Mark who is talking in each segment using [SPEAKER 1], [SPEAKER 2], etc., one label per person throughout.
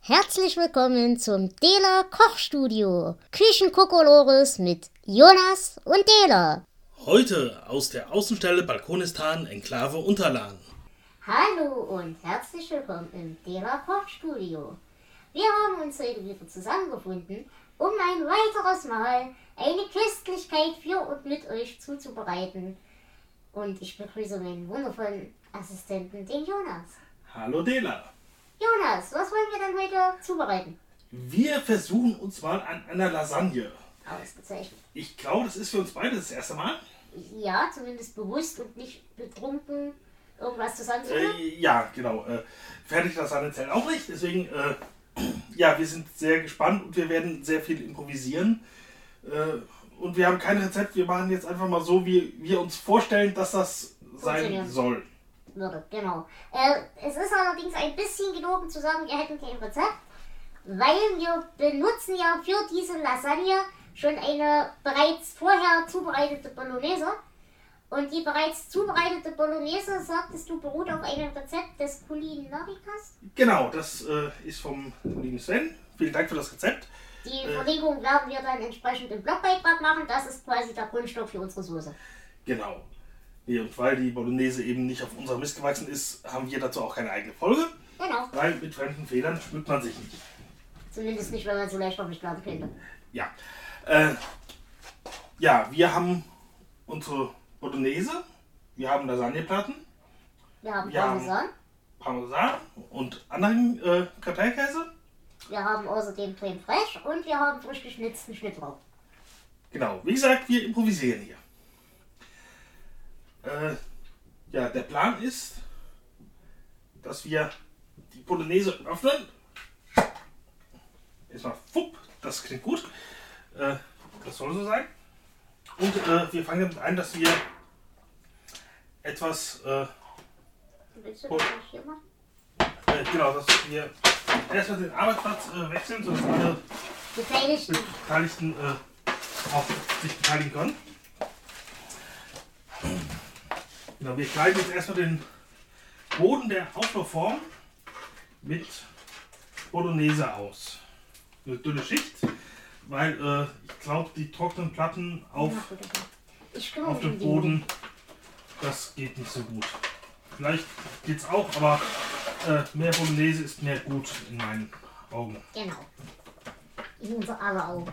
[SPEAKER 1] Herzlich willkommen zum Dela Kochstudio. Küchenkokolores mit Jonas und Dela.
[SPEAKER 2] Heute aus der Außenstelle Balkonistan, Enklave Unterlagen.
[SPEAKER 1] Hallo und herzlich willkommen im Dela Kochstudio. Wir haben uns heute wieder zusammengefunden, um ein weiteres Mal eine Köstlichkeit für und mit euch zuzubereiten. Und ich begrüße meinen wundervollen Assistenten, den Jonas.
[SPEAKER 2] Hallo Dela.
[SPEAKER 1] Jonas, was wollen wir denn heute zubereiten?
[SPEAKER 2] Wir versuchen uns mal an einer Lasagne.
[SPEAKER 1] Ausgezeichnet.
[SPEAKER 2] Ich glaube, das ist für uns beide das erste Mal.
[SPEAKER 1] Ja, zumindest bewusst und nicht betrunken irgendwas zusammenzuführen.
[SPEAKER 2] Äh, ja, genau. Äh, fertig Lasagne zählt auch nicht. Deswegen, äh, ja, wir sind sehr gespannt und wir werden sehr viel improvisieren. Äh, und wir haben kein Rezept. Wir machen jetzt einfach mal so, wie wir uns vorstellen, dass das sein
[SPEAKER 1] Funktioniert.
[SPEAKER 2] soll.
[SPEAKER 1] würde, genau. Äh, es ist allerdings ein bisschen gelogen zu sagen, wir hätten kein Rezept, weil wir benutzen ja für diese Lasagne schon eine bereits vorher zubereitete Bolognese. Und die bereits zubereitete Bolognese, sagtest du, beruht auf einem Rezept des Kulinarikers.
[SPEAKER 2] Genau, das äh, ist vom lieben Sven. Vielen Dank für das Rezept.
[SPEAKER 1] Die Verlegung werden wir dann entsprechend im Blogbeitrag machen. Das ist quasi der Grundstoff für unsere Soße.
[SPEAKER 2] Genau. Nee, und weil die Bolognese eben nicht auf unserem Mist gewachsen ist, haben wir dazu auch keine eigene Folge.
[SPEAKER 1] Genau.
[SPEAKER 2] Weil mit fremden Federn schmückt man sich nicht.
[SPEAKER 1] Zumindest nicht, wenn man so leicht auf mich glauben könnte.
[SPEAKER 2] Ja. Äh, ja, wir haben unsere Bolognese, wir haben Lasagneplatten,
[SPEAKER 1] Wir haben
[SPEAKER 2] Ja.
[SPEAKER 1] Parmesan.
[SPEAKER 2] Parmesan und anderen äh, Karteikäse.
[SPEAKER 1] Wir haben außerdem Creme Fraiche und wir haben frisch geschnitzten Schnittlauch.
[SPEAKER 2] Genau, wie gesagt, wir improvisieren hier. Äh, ja, der Plan ist, dass wir die Polonaise öffnen. Erstmal fupp, das klingt gut. Äh, das soll so sein. Und äh, wir fangen damit an, dass wir etwas, äh,
[SPEAKER 1] Willst du
[SPEAKER 2] Oh.
[SPEAKER 1] das nicht hier machen?
[SPEAKER 2] äh, genau, dass wir erstmal den Arbeitsplatz äh, wechseln, sodass alle
[SPEAKER 1] Beteiligt.
[SPEAKER 2] Beteiligten äh, auch sich beteiligen können. Genau, wir kleiden jetzt erstmal den Boden der Auflaufform mit Bolognese aus. Eine dünne Schicht, weil äh, ich glaube, die trockenen Platten auf,
[SPEAKER 1] Ich kümmere
[SPEAKER 2] auf
[SPEAKER 1] mich um
[SPEAKER 2] dem
[SPEAKER 1] die
[SPEAKER 2] Boden, das geht nicht so gut. Vielleicht geht's auch, aber äh, mehr Bolognese ist mehr gut in meinen Augen.
[SPEAKER 1] Genau. In unser aller Augen.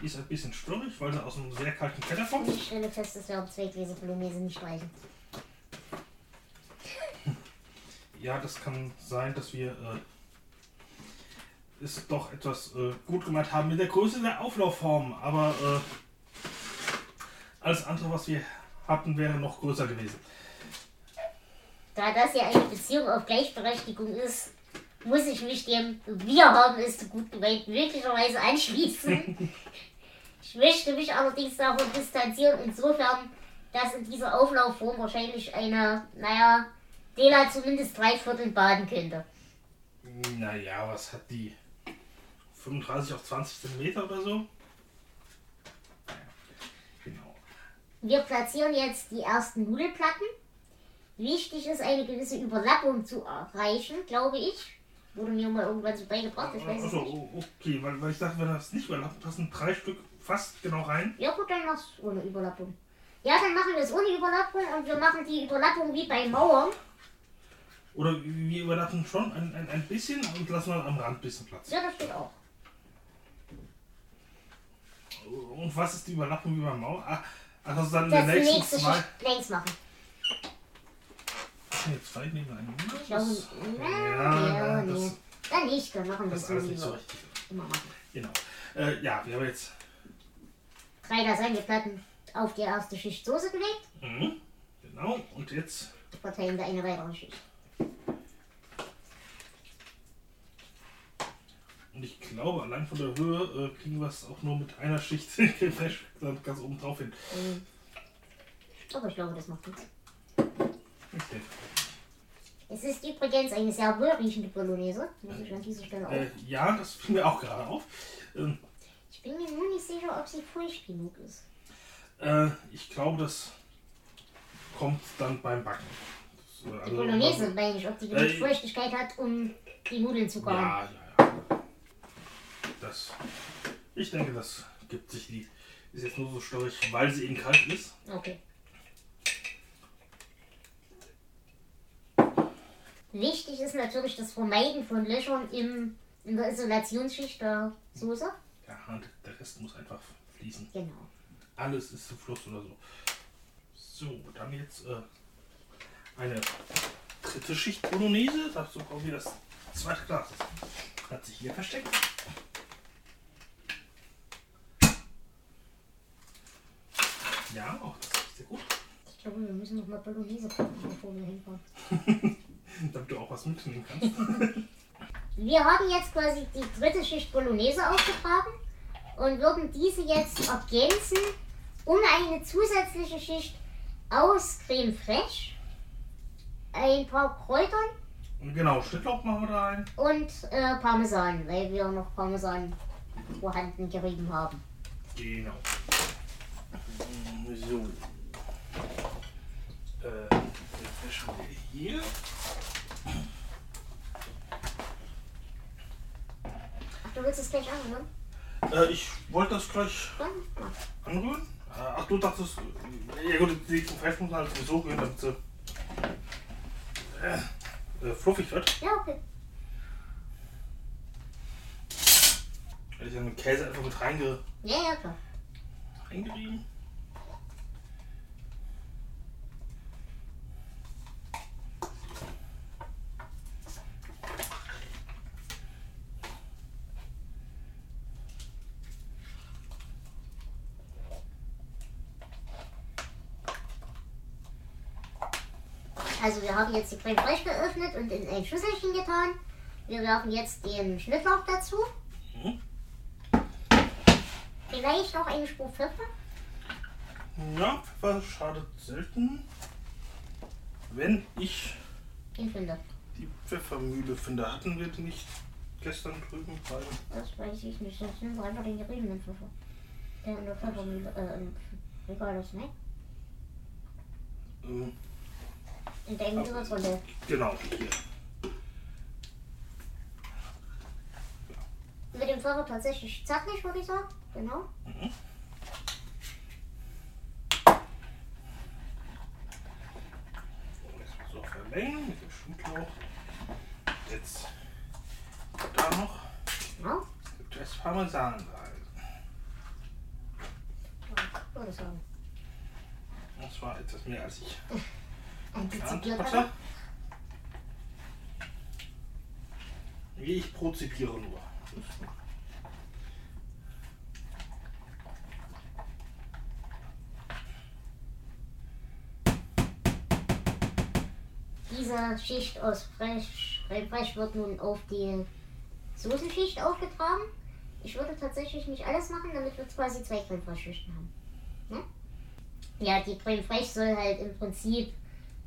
[SPEAKER 2] Die ist ein bisschen störrig, weil sie aus einem sehr kalten Keller kommt.
[SPEAKER 1] Und ich stelle fest, dass wir auf zwei Gläser Bolognese nicht reichen.
[SPEAKER 2] Ja, das kann sein, dass wir äh, es doch etwas äh, gut gemacht haben mit der Größe der Auflaufform, aber äh, alles andere, was wir hatten, wäre noch größer gewesen.
[SPEAKER 1] Da das ja eine Beziehung auf Gleichberechtigung ist, muss ich mich dem Wir haben es zu gut gemeint möglicherweise anschließen. ich möchte mich allerdings davon distanzieren, insofern, dass in dieser Auflaufform wahrscheinlich eine, naja, Dela zumindest drei Viertel baden könnte.
[SPEAKER 2] Naja, was hat die? 35 auf 20 Zentimeter oder so? Ja, Genau.
[SPEAKER 1] Wir platzieren jetzt die ersten Nudelplatten. Wichtig ist, eine gewisse Überlappung zu erreichen, glaube ich. Wurde mir mal irgendwann so beigebracht, ich weiß es
[SPEAKER 2] Also,
[SPEAKER 1] nicht.
[SPEAKER 2] o- okay, weil, weil ich dachte, wenn das nicht überlappt, passen drei Stück fast genau rein.
[SPEAKER 1] Ja gut, dann mach's ohne Überlappung. Ja, dann machen wir es ohne Überlappung und wir machen die Überlappung wie bei Mauern.
[SPEAKER 2] Oder wir überlappen schon ein, ein, ein bisschen und lassen dann am Rand ein bisschen Platz.
[SPEAKER 1] Ja, das geht auch.
[SPEAKER 2] Und was ist die Überlappung über Mauer? Ach, Ah, ach, das ist dann
[SPEAKER 1] Das
[SPEAKER 2] in der nächsten
[SPEAKER 1] nächste
[SPEAKER 2] zwei.
[SPEAKER 1] Schicht längs machen.
[SPEAKER 2] Nee, zwei nehmen wir einen.
[SPEAKER 1] Ich glaube,
[SPEAKER 2] Das,
[SPEAKER 1] na,
[SPEAKER 2] ja,
[SPEAKER 1] ja,
[SPEAKER 2] das,
[SPEAKER 1] oh nee. Dann nicht, dann machen wir
[SPEAKER 2] das
[SPEAKER 1] es so,
[SPEAKER 2] ist alles
[SPEAKER 1] wie
[SPEAKER 2] nicht so
[SPEAKER 1] wir
[SPEAKER 2] richtig.
[SPEAKER 1] immer machen.
[SPEAKER 2] Genau. Äh, ja, wir haben jetzt.
[SPEAKER 1] Drei Lasagneplatten auf die erste Schicht Soße gelegt,
[SPEAKER 2] Mhm. Genau, und jetzt.
[SPEAKER 1] verteilen wir eine weitere Schicht.
[SPEAKER 2] Und ich glaube, allein von der Höhe äh, kriegen wir es auch nur mit einer Schicht gefresh dann ganz oben drauf hin.
[SPEAKER 1] Ähm, Aber ich glaube, das macht nichts.
[SPEAKER 2] Okay.
[SPEAKER 1] Es ist übrigens eine sehr wohlriechende Bolognese, muss ich an dieser Stelle
[SPEAKER 2] Äh,
[SPEAKER 1] auch.
[SPEAKER 2] ja, das fiel mir auch gerade auf. Ähm,
[SPEAKER 1] Ich bin mir nur nicht sicher, ob sie feucht genug ist.
[SPEAKER 2] äh, ich glaube, das kommt dann beim Backen. Das
[SPEAKER 1] Die
[SPEAKER 2] also,
[SPEAKER 1] Bolognese, meine ich, ob die genug
[SPEAKER 2] Äh,
[SPEAKER 1] Feuchtigkeit hat, um die Nudeln zu kochen.
[SPEAKER 2] Ja, ja, ja. Das. Ich denke, das gibt sich die. Ist jetzt nur so störrig, weil sie eben kalt ist.
[SPEAKER 1] Okay. Wichtig ist natürlich das Vermeiden von Löchern im, in der Isolationsschicht der Soße.
[SPEAKER 2] Ja, und der Rest muss einfach fließen.
[SPEAKER 1] Genau.
[SPEAKER 2] Alles ist zu Fluss oder so. So, dann jetzt äh, eine dritte Schicht Bolognese. Dazu kommt hier das zweite Glas. Das Hat sich hier versteckt. Ja, auch das ist sehr gut.
[SPEAKER 1] Ich glaube, wir müssen noch mal Bolognese kochen, bevor wir hinfahren.
[SPEAKER 2] Damit du auch was mitnehmen kannst.
[SPEAKER 1] Wir haben jetzt quasi die dritte Schicht Bolognese aufgetragen und würden diese jetzt ergänzen um eine zusätzliche Schicht aus Creme Fraiche, ein paar Kräutern
[SPEAKER 2] Und genau, Schnittlauch machen wir da rein.
[SPEAKER 1] und äh, Parmesan, weil wir noch Parmesan vorhanden gerieben haben.
[SPEAKER 2] Genau. So. Äh, jetzt wäschen wir hier.
[SPEAKER 1] Ach, du willst es gleich an, ne?
[SPEAKER 2] Äh, ich wollte das gleich
[SPEAKER 1] Dann mach.
[SPEAKER 2] anrühren. Äh, ach, du dachtest. äh, Ja, gut, die Fleisch muss man halt sowieso rühren, damit sie. Äh, äh, fluffig wird.
[SPEAKER 1] Ja, okay.
[SPEAKER 2] Hätte ich dann den Käse einfach mit reinge
[SPEAKER 1] Ja, ja, klar.
[SPEAKER 2] reingerieben.
[SPEAKER 1] Also wir haben jetzt die Creme Fraiche geöffnet und in ein Schüsselchen getan. Wir werfen jetzt den Schnittlauch dazu.
[SPEAKER 2] Mhm.
[SPEAKER 1] Vielleicht noch eine Spur Pfeffer.
[SPEAKER 2] Ja, Pfeffer schadet selten. Wenn ich
[SPEAKER 1] Den finde.
[SPEAKER 2] die Pfeffermühle finde, hatten wir die nicht gestern drüben bei.
[SPEAKER 1] Das weiß ich nicht. Sonst nehmen wir einfach den geriebenen Pfeffer. Der in der Pfeffermühle, äh, im Regal ist, ne?
[SPEAKER 2] Ähm,
[SPEAKER 1] In der Gewürzrunde.
[SPEAKER 2] Genau, hier.
[SPEAKER 1] Mit dem Pfeffer tatsächlich zackig, würde ich sagen. Genau.
[SPEAKER 2] Mhm. Das so verlängern mit dem Schnittlauch. Jetzt da noch
[SPEAKER 1] Genau.
[SPEAKER 2] das Parmesan rein.
[SPEAKER 1] Ja, würde ich sagen.
[SPEAKER 2] Das war etwas mehr als ich
[SPEAKER 1] Antizipiert
[SPEAKER 2] geplant
[SPEAKER 1] hatte.
[SPEAKER 2] hatte. Wie ich prozipiere nur.
[SPEAKER 1] Diese Schicht aus Fraiche Creme Fraiche wird nun auf die Soßenschicht aufgetragen. Ich würde tatsächlich nicht alles machen, damit wir quasi zwei Creme Fraiche Schichten haben. Ne? Ja, die Creme Fraiche soll halt im Prinzip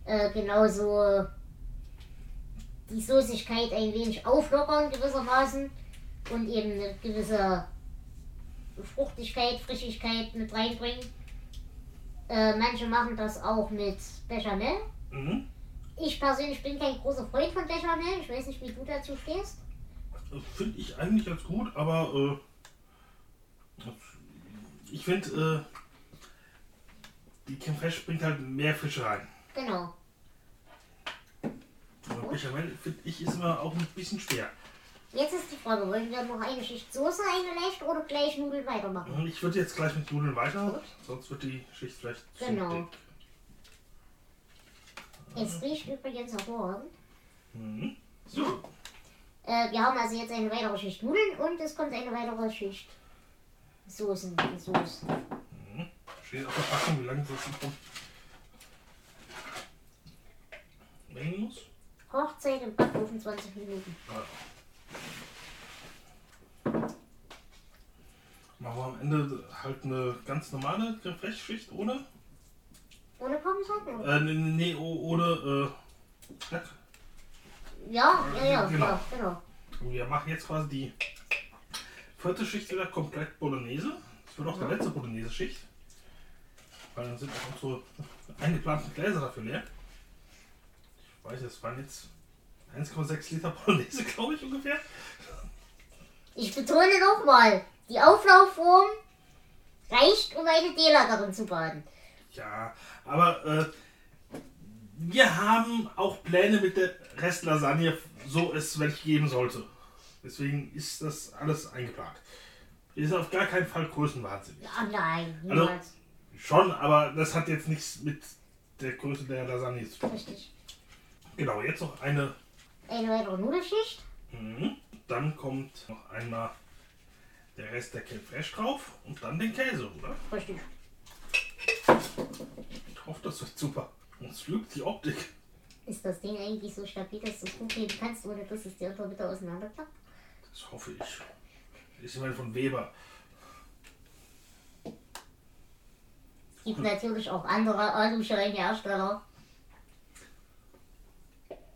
[SPEAKER 1] äh, genauso die Soßigkeit ein wenig auflockern gewissermaßen und eben eine gewisse Fruchtigkeit, Frischigkeit mit reinbringen. Äh, manche machen das auch mit Bechamel.
[SPEAKER 2] Mhm.
[SPEAKER 1] Ich persönlich bin kein großer Freund von Bechamel. Ich weiß nicht, wie du dazu stehst.
[SPEAKER 2] Finde ich eigentlich ganz gut, aber äh, das- ich finde, äh, die Creme Fraiche bringt halt mehr Fische rein.
[SPEAKER 1] Genau.
[SPEAKER 2] Aber Bechamel finde ich ist immer auch ein bisschen schwer.
[SPEAKER 1] Jetzt ist die Frage, wollen wir noch eine Schicht Soße, eine leicht oder gleich Nudeln weitermachen?
[SPEAKER 2] Und Ich würde jetzt gleich mit Nudeln weiter, sonst wird die Schicht vielleicht zu
[SPEAKER 1] Genau.
[SPEAKER 2] dick.
[SPEAKER 1] Es riecht übrigens hervorragend.
[SPEAKER 2] Mhm. So,
[SPEAKER 1] Äh, wir haben also jetzt eine weitere Schicht Nudeln und es kommt eine weitere Schicht Soßen. Soße.
[SPEAKER 2] steht Mhm. auf der Packung, wie lange das noch Mengen muss.
[SPEAKER 1] Hochzeit im Backofen 20 Minuten.
[SPEAKER 2] Ja. Machen wir am Ende halt eine ganz normale Creme Fraiche Schicht ohne?
[SPEAKER 1] Ohne Parmesan? oder?
[SPEAKER 2] Äh, nee, nee, oh- ohne, äh, Schnack.
[SPEAKER 1] Ja, ja, ja,
[SPEAKER 2] Genau.
[SPEAKER 1] genau. genau.
[SPEAKER 2] Und Wir machen jetzt quasi die vierte Schicht wieder komplett Bolognese. Das wird auch die letzte Bolognese-Schicht. Weil dann sind auch unsere eingeplanten Gläser dafür leer. weiß es, waren jetzt 1,6 Liter Bolognese, glaube ich, ungefähr.
[SPEAKER 1] Ich betone nochmal, die Auflaufform reicht, um eine D-Lagerin zu baden.
[SPEAKER 2] Ja, aber äh, wir haben auch Pläne mit der Restlasagne, so es welche geben sollte. Deswegen ist das alles eingeplant. Wir sind auf gar keinen Fall größenwahnsinnig.
[SPEAKER 1] Ja, nein,
[SPEAKER 2] Also-
[SPEAKER 1] niemals.
[SPEAKER 2] Schon, aber das hat jetzt nichts mit der Größe der Lasagne zu tun.
[SPEAKER 1] Richtig.
[SPEAKER 2] Genau, jetzt noch eine.
[SPEAKER 1] Eine weitere Nudelschicht.
[SPEAKER 2] Mhm. Dann kommt noch einmal der Rest der Creme Fraiche drauf und dann den Käse, oder?
[SPEAKER 1] Richtig.
[SPEAKER 2] Ich hoffe, das wird super. Uns flügt die Optik.
[SPEAKER 1] Ist das Ding eigentlich so stabil, dass du es hochheben kannst, ohne dass es dir einfach wieder auseinanderklappt?
[SPEAKER 2] Das hoffe ich. Ist jemand von Weber.
[SPEAKER 1] Es gibt natürlich auch andere Aluschein-Hersteller.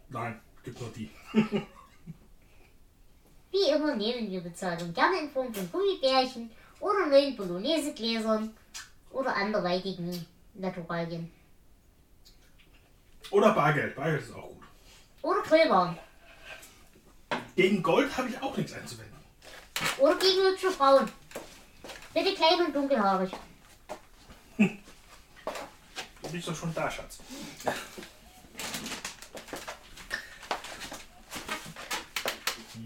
[SPEAKER 2] Nein, gibt nur die.
[SPEAKER 1] Wie immer nehmen wir Bezahlung gerne in Form von Gummibärchen oder neuen Bolognese-Gläsern oder anderweitigen Naturalien.
[SPEAKER 2] Oder Bargeld. Bargeld ist auch gut.
[SPEAKER 1] Oder Grillwaren.
[SPEAKER 2] Gegen Gold habe ich auch nichts einzuwenden.
[SPEAKER 1] Oder gegen hübsche Frauen. Bitte klein und dunkelhaarig.
[SPEAKER 2] Du bist doch schon da, Schatz.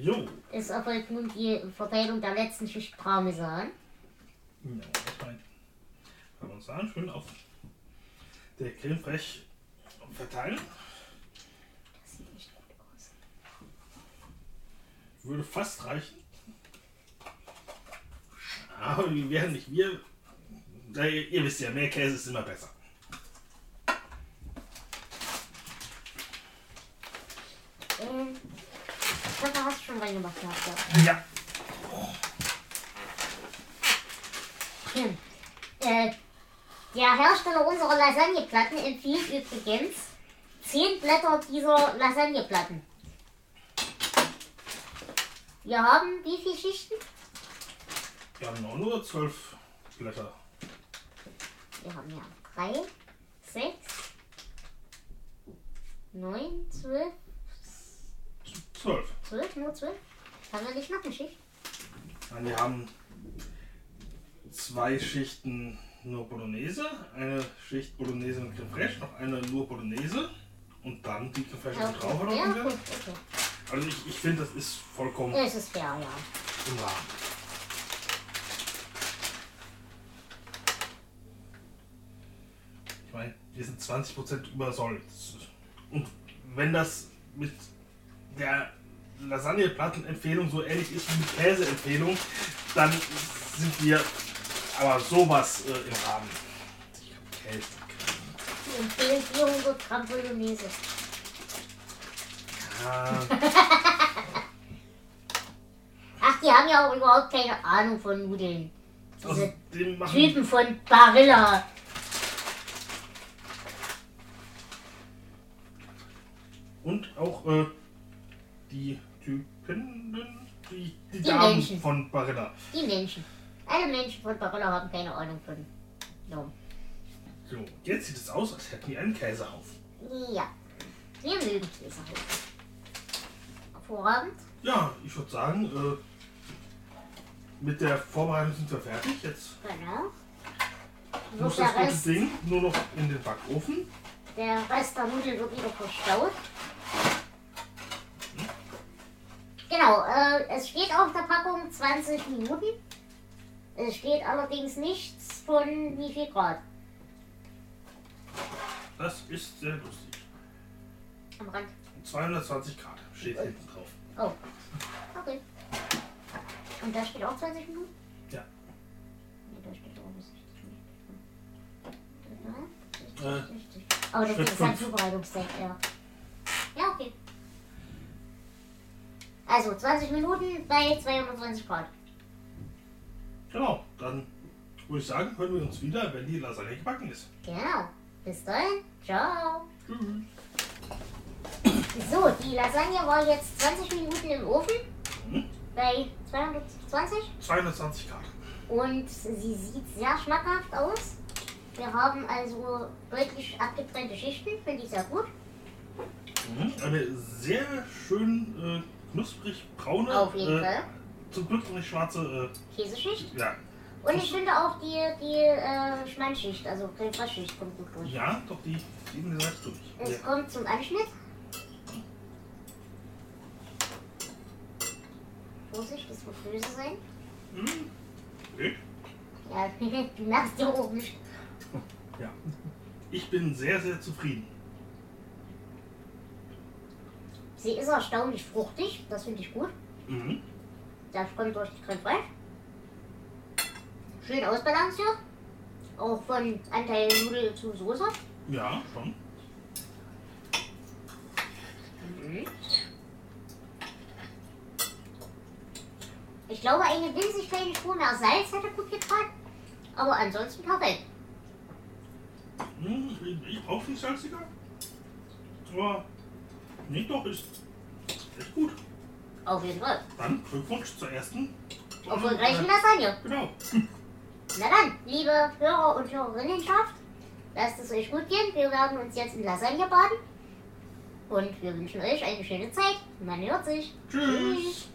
[SPEAKER 2] Jo.
[SPEAKER 1] Es erfolgt nun die Verteilung der letzten Schicht Parmesan.
[SPEAKER 2] Ja, das mein Parmesan schön auf der Creme fraiche verteilen.
[SPEAKER 1] Das sieht nicht gut aus.
[SPEAKER 2] Würde fast reichen. Aber wir wären nicht wir. Na, ihr, ihr wisst ja, mehr Käse ist immer besser.
[SPEAKER 1] Ähm, ich glaube, da hast du schon reingemacht gehabt. Ja.
[SPEAKER 2] Ja.
[SPEAKER 1] Hm. Äh, der Hersteller unserer Lasagneplatten empfiehlt übrigens 10 Blätter dieser Lasagneplatten. Wir haben wie viele Schichten?
[SPEAKER 2] Wir haben auch nur zwölf Blätter.
[SPEAKER 1] Wir haben ja 3, 6, 9, 12,
[SPEAKER 2] Zwölf.
[SPEAKER 1] 12, nur 12. Haben wir nicht noch eine Schicht?
[SPEAKER 2] Nein, wir haben zwei Schichten nur Bolognese, eine Schicht Bolognese mit Creme Fraiche, noch eine nur Bolognese und dann die Creme Fraiche mit drauf. oder
[SPEAKER 1] ja,
[SPEAKER 2] ungefähr.
[SPEAKER 1] gut, okay.
[SPEAKER 2] Also ich, ich finde, das ist vollkommen
[SPEAKER 1] Ja, Es ist fair, ja.
[SPEAKER 2] im Rahmen. Ich meine, wir sind 20% über Soll. Und wenn das mit der Lasagneplattenempfehlung so ähnlich ist wie die Käseempfehlung, dann sind wir aber sowas äh, im Rahmen. Ich hab Käse.
[SPEAKER 1] Wir empfehlen 400 Gramm Bolognese.
[SPEAKER 2] Ah,
[SPEAKER 1] Ach, die haben ja auch überhaupt keine Ahnung von Nudeln. Diese
[SPEAKER 2] außerdem Also, machen
[SPEAKER 1] Typen von Barilla.
[SPEAKER 2] und auch äh, die Typen, die, die,
[SPEAKER 1] Die
[SPEAKER 2] Damen
[SPEAKER 1] Menschen.
[SPEAKER 2] von Barilla.
[SPEAKER 1] Die Menschen. Alle Menschen von Barilla haben keine Ahnung von. No.
[SPEAKER 2] So, jetzt sieht es aus, als hätten wir einen Käsehaufen.
[SPEAKER 1] Ja. Wir mögen Käse heute. Hervorragend.
[SPEAKER 2] Ja, ich würde sagen, äh, mit der Vorbereitung sind wir fertig. Jetzt
[SPEAKER 1] Genau.
[SPEAKER 2] muss
[SPEAKER 1] Wird der,
[SPEAKER 2] das gute
[SPEAKER 1] Rest,
[SPEAKER 2] Ding nur noch in den Backofen.
[SPEAKER 1] der Rest der Nudeln wird wieder verstaut. Genau, äh, es steht auf der Packung 20 Minuten. Es steht allerdings nichts von wie viel Grad.
[SPEAKER 2] Das ist sehr lustig.
[SPEAKER 1] Am Rand.
[SPEAKER 2] 220 Grad steht hinten drauf.
[SPEAKER 1] Oh. Okay. Und da steht auch 20 Minuten?
[SPEAKER 2] Ja.
[SPEAKER 1] Nee, da steht auch was.
[SPEAKER 2] Äh,
[SPEAKER 1] Aber das
[SPEAKER 2] Schritt
[SPEAKER 1] ist ein
[SPEAKER 2] fünf.
[SPEAKER 1] Zubereitungsdeck, ja. Ja, okay. Also 20 Minuten bei 220 Grad.
[SPEAKER 2] genau, dann würde ich sagen, hören wir uns wieder, wenn die Lasagne gebacken ist.
[SPEAKER 1] Genau. Bis dann. Ciao.
[SPEAKER 2] Tschüss.
[SPEAKER 1] So, die Lasagne war jetzt 20 Minuten im Ofen.
[SPEAKER 2] Mhm.
[SPEAKER 1] Bei 220.
[SPEAKER 2] 220 Grad.
[SPEAKER 1] Und sie sieht sehr schmackhaft aus. Wir haben also deutlich abgetrennte Schichten, finde ich sehr gut.
[SPEAKER 2] Mhm. Eine sehr schön äh, knusprig braune,
[SPEAKER 1] Auf jeden
[SPEAKER 2] äh,
[SPEAKER 1] Fall.
[SPEAKER 2] zum Glück noch nicht schwarze,
[SPEAKER 1] Käseschicht.
[SPEAKER 2] äh, ja.
[SPEAKER 1] Und ich finde auch die, die äh, Schmandschicht, also creme schicht kommt gut durch.
[SPEAKER 2] Ja, doch die lieben gesagt durch.
[SPEAKER 1] Es
[SPEAKER 2] Ja.
[SPEAKER 1] kommt zum Anschnitt. Vorsicht, das wird böse sein.
[SPEAKER 2] Mhm. Okay.
[SPEAKER 1] Ja, du merkst ja oben nicht.
[SPEAKER 2] Ja. Ich bin sehr, sehr zufrieden.
[SPEAKER 1] Sie ist erstaunlich fruchtig, das finde ich gut.
[SPEAKER 2] Mhm.
[SPEAKER 1] Das kommt durch die Creme fraiche. Schön ausbalanciert. Auch von Anteil Nudel zu Soße.
[SPEAKER 2] Ja, schon.
[SPEAKER 1] Ich glaube, eine winzig kleine Spur mehr Salz hätte gut getan. Aber ansonsten perfekt.
[SPEAKER 2] Mhm. Ich- Ich brauche viel salziger. Aber nee, doch, ist echt gut.
[SPEAKER 1] Auf jeden Fall.
[SPEAKER 2] Dann Glückwunsch zur ersten.
[SPEAKER 1] Erfolgreichen
[SPEAKER 2] Äh,
[SPEAKER 1] Lasagne.
[SPEAKER 2] Genau.
[SPEAKER 1] Na dann, liebe Hörer und Hörerinnenschaft, lasst es euch gut gehen. Wir werden uns jetzt in Lasagne baden. Und wir wünschen euch eine schöne Zeit. Man hört sich.
[SPEAKER 2] Tschüss.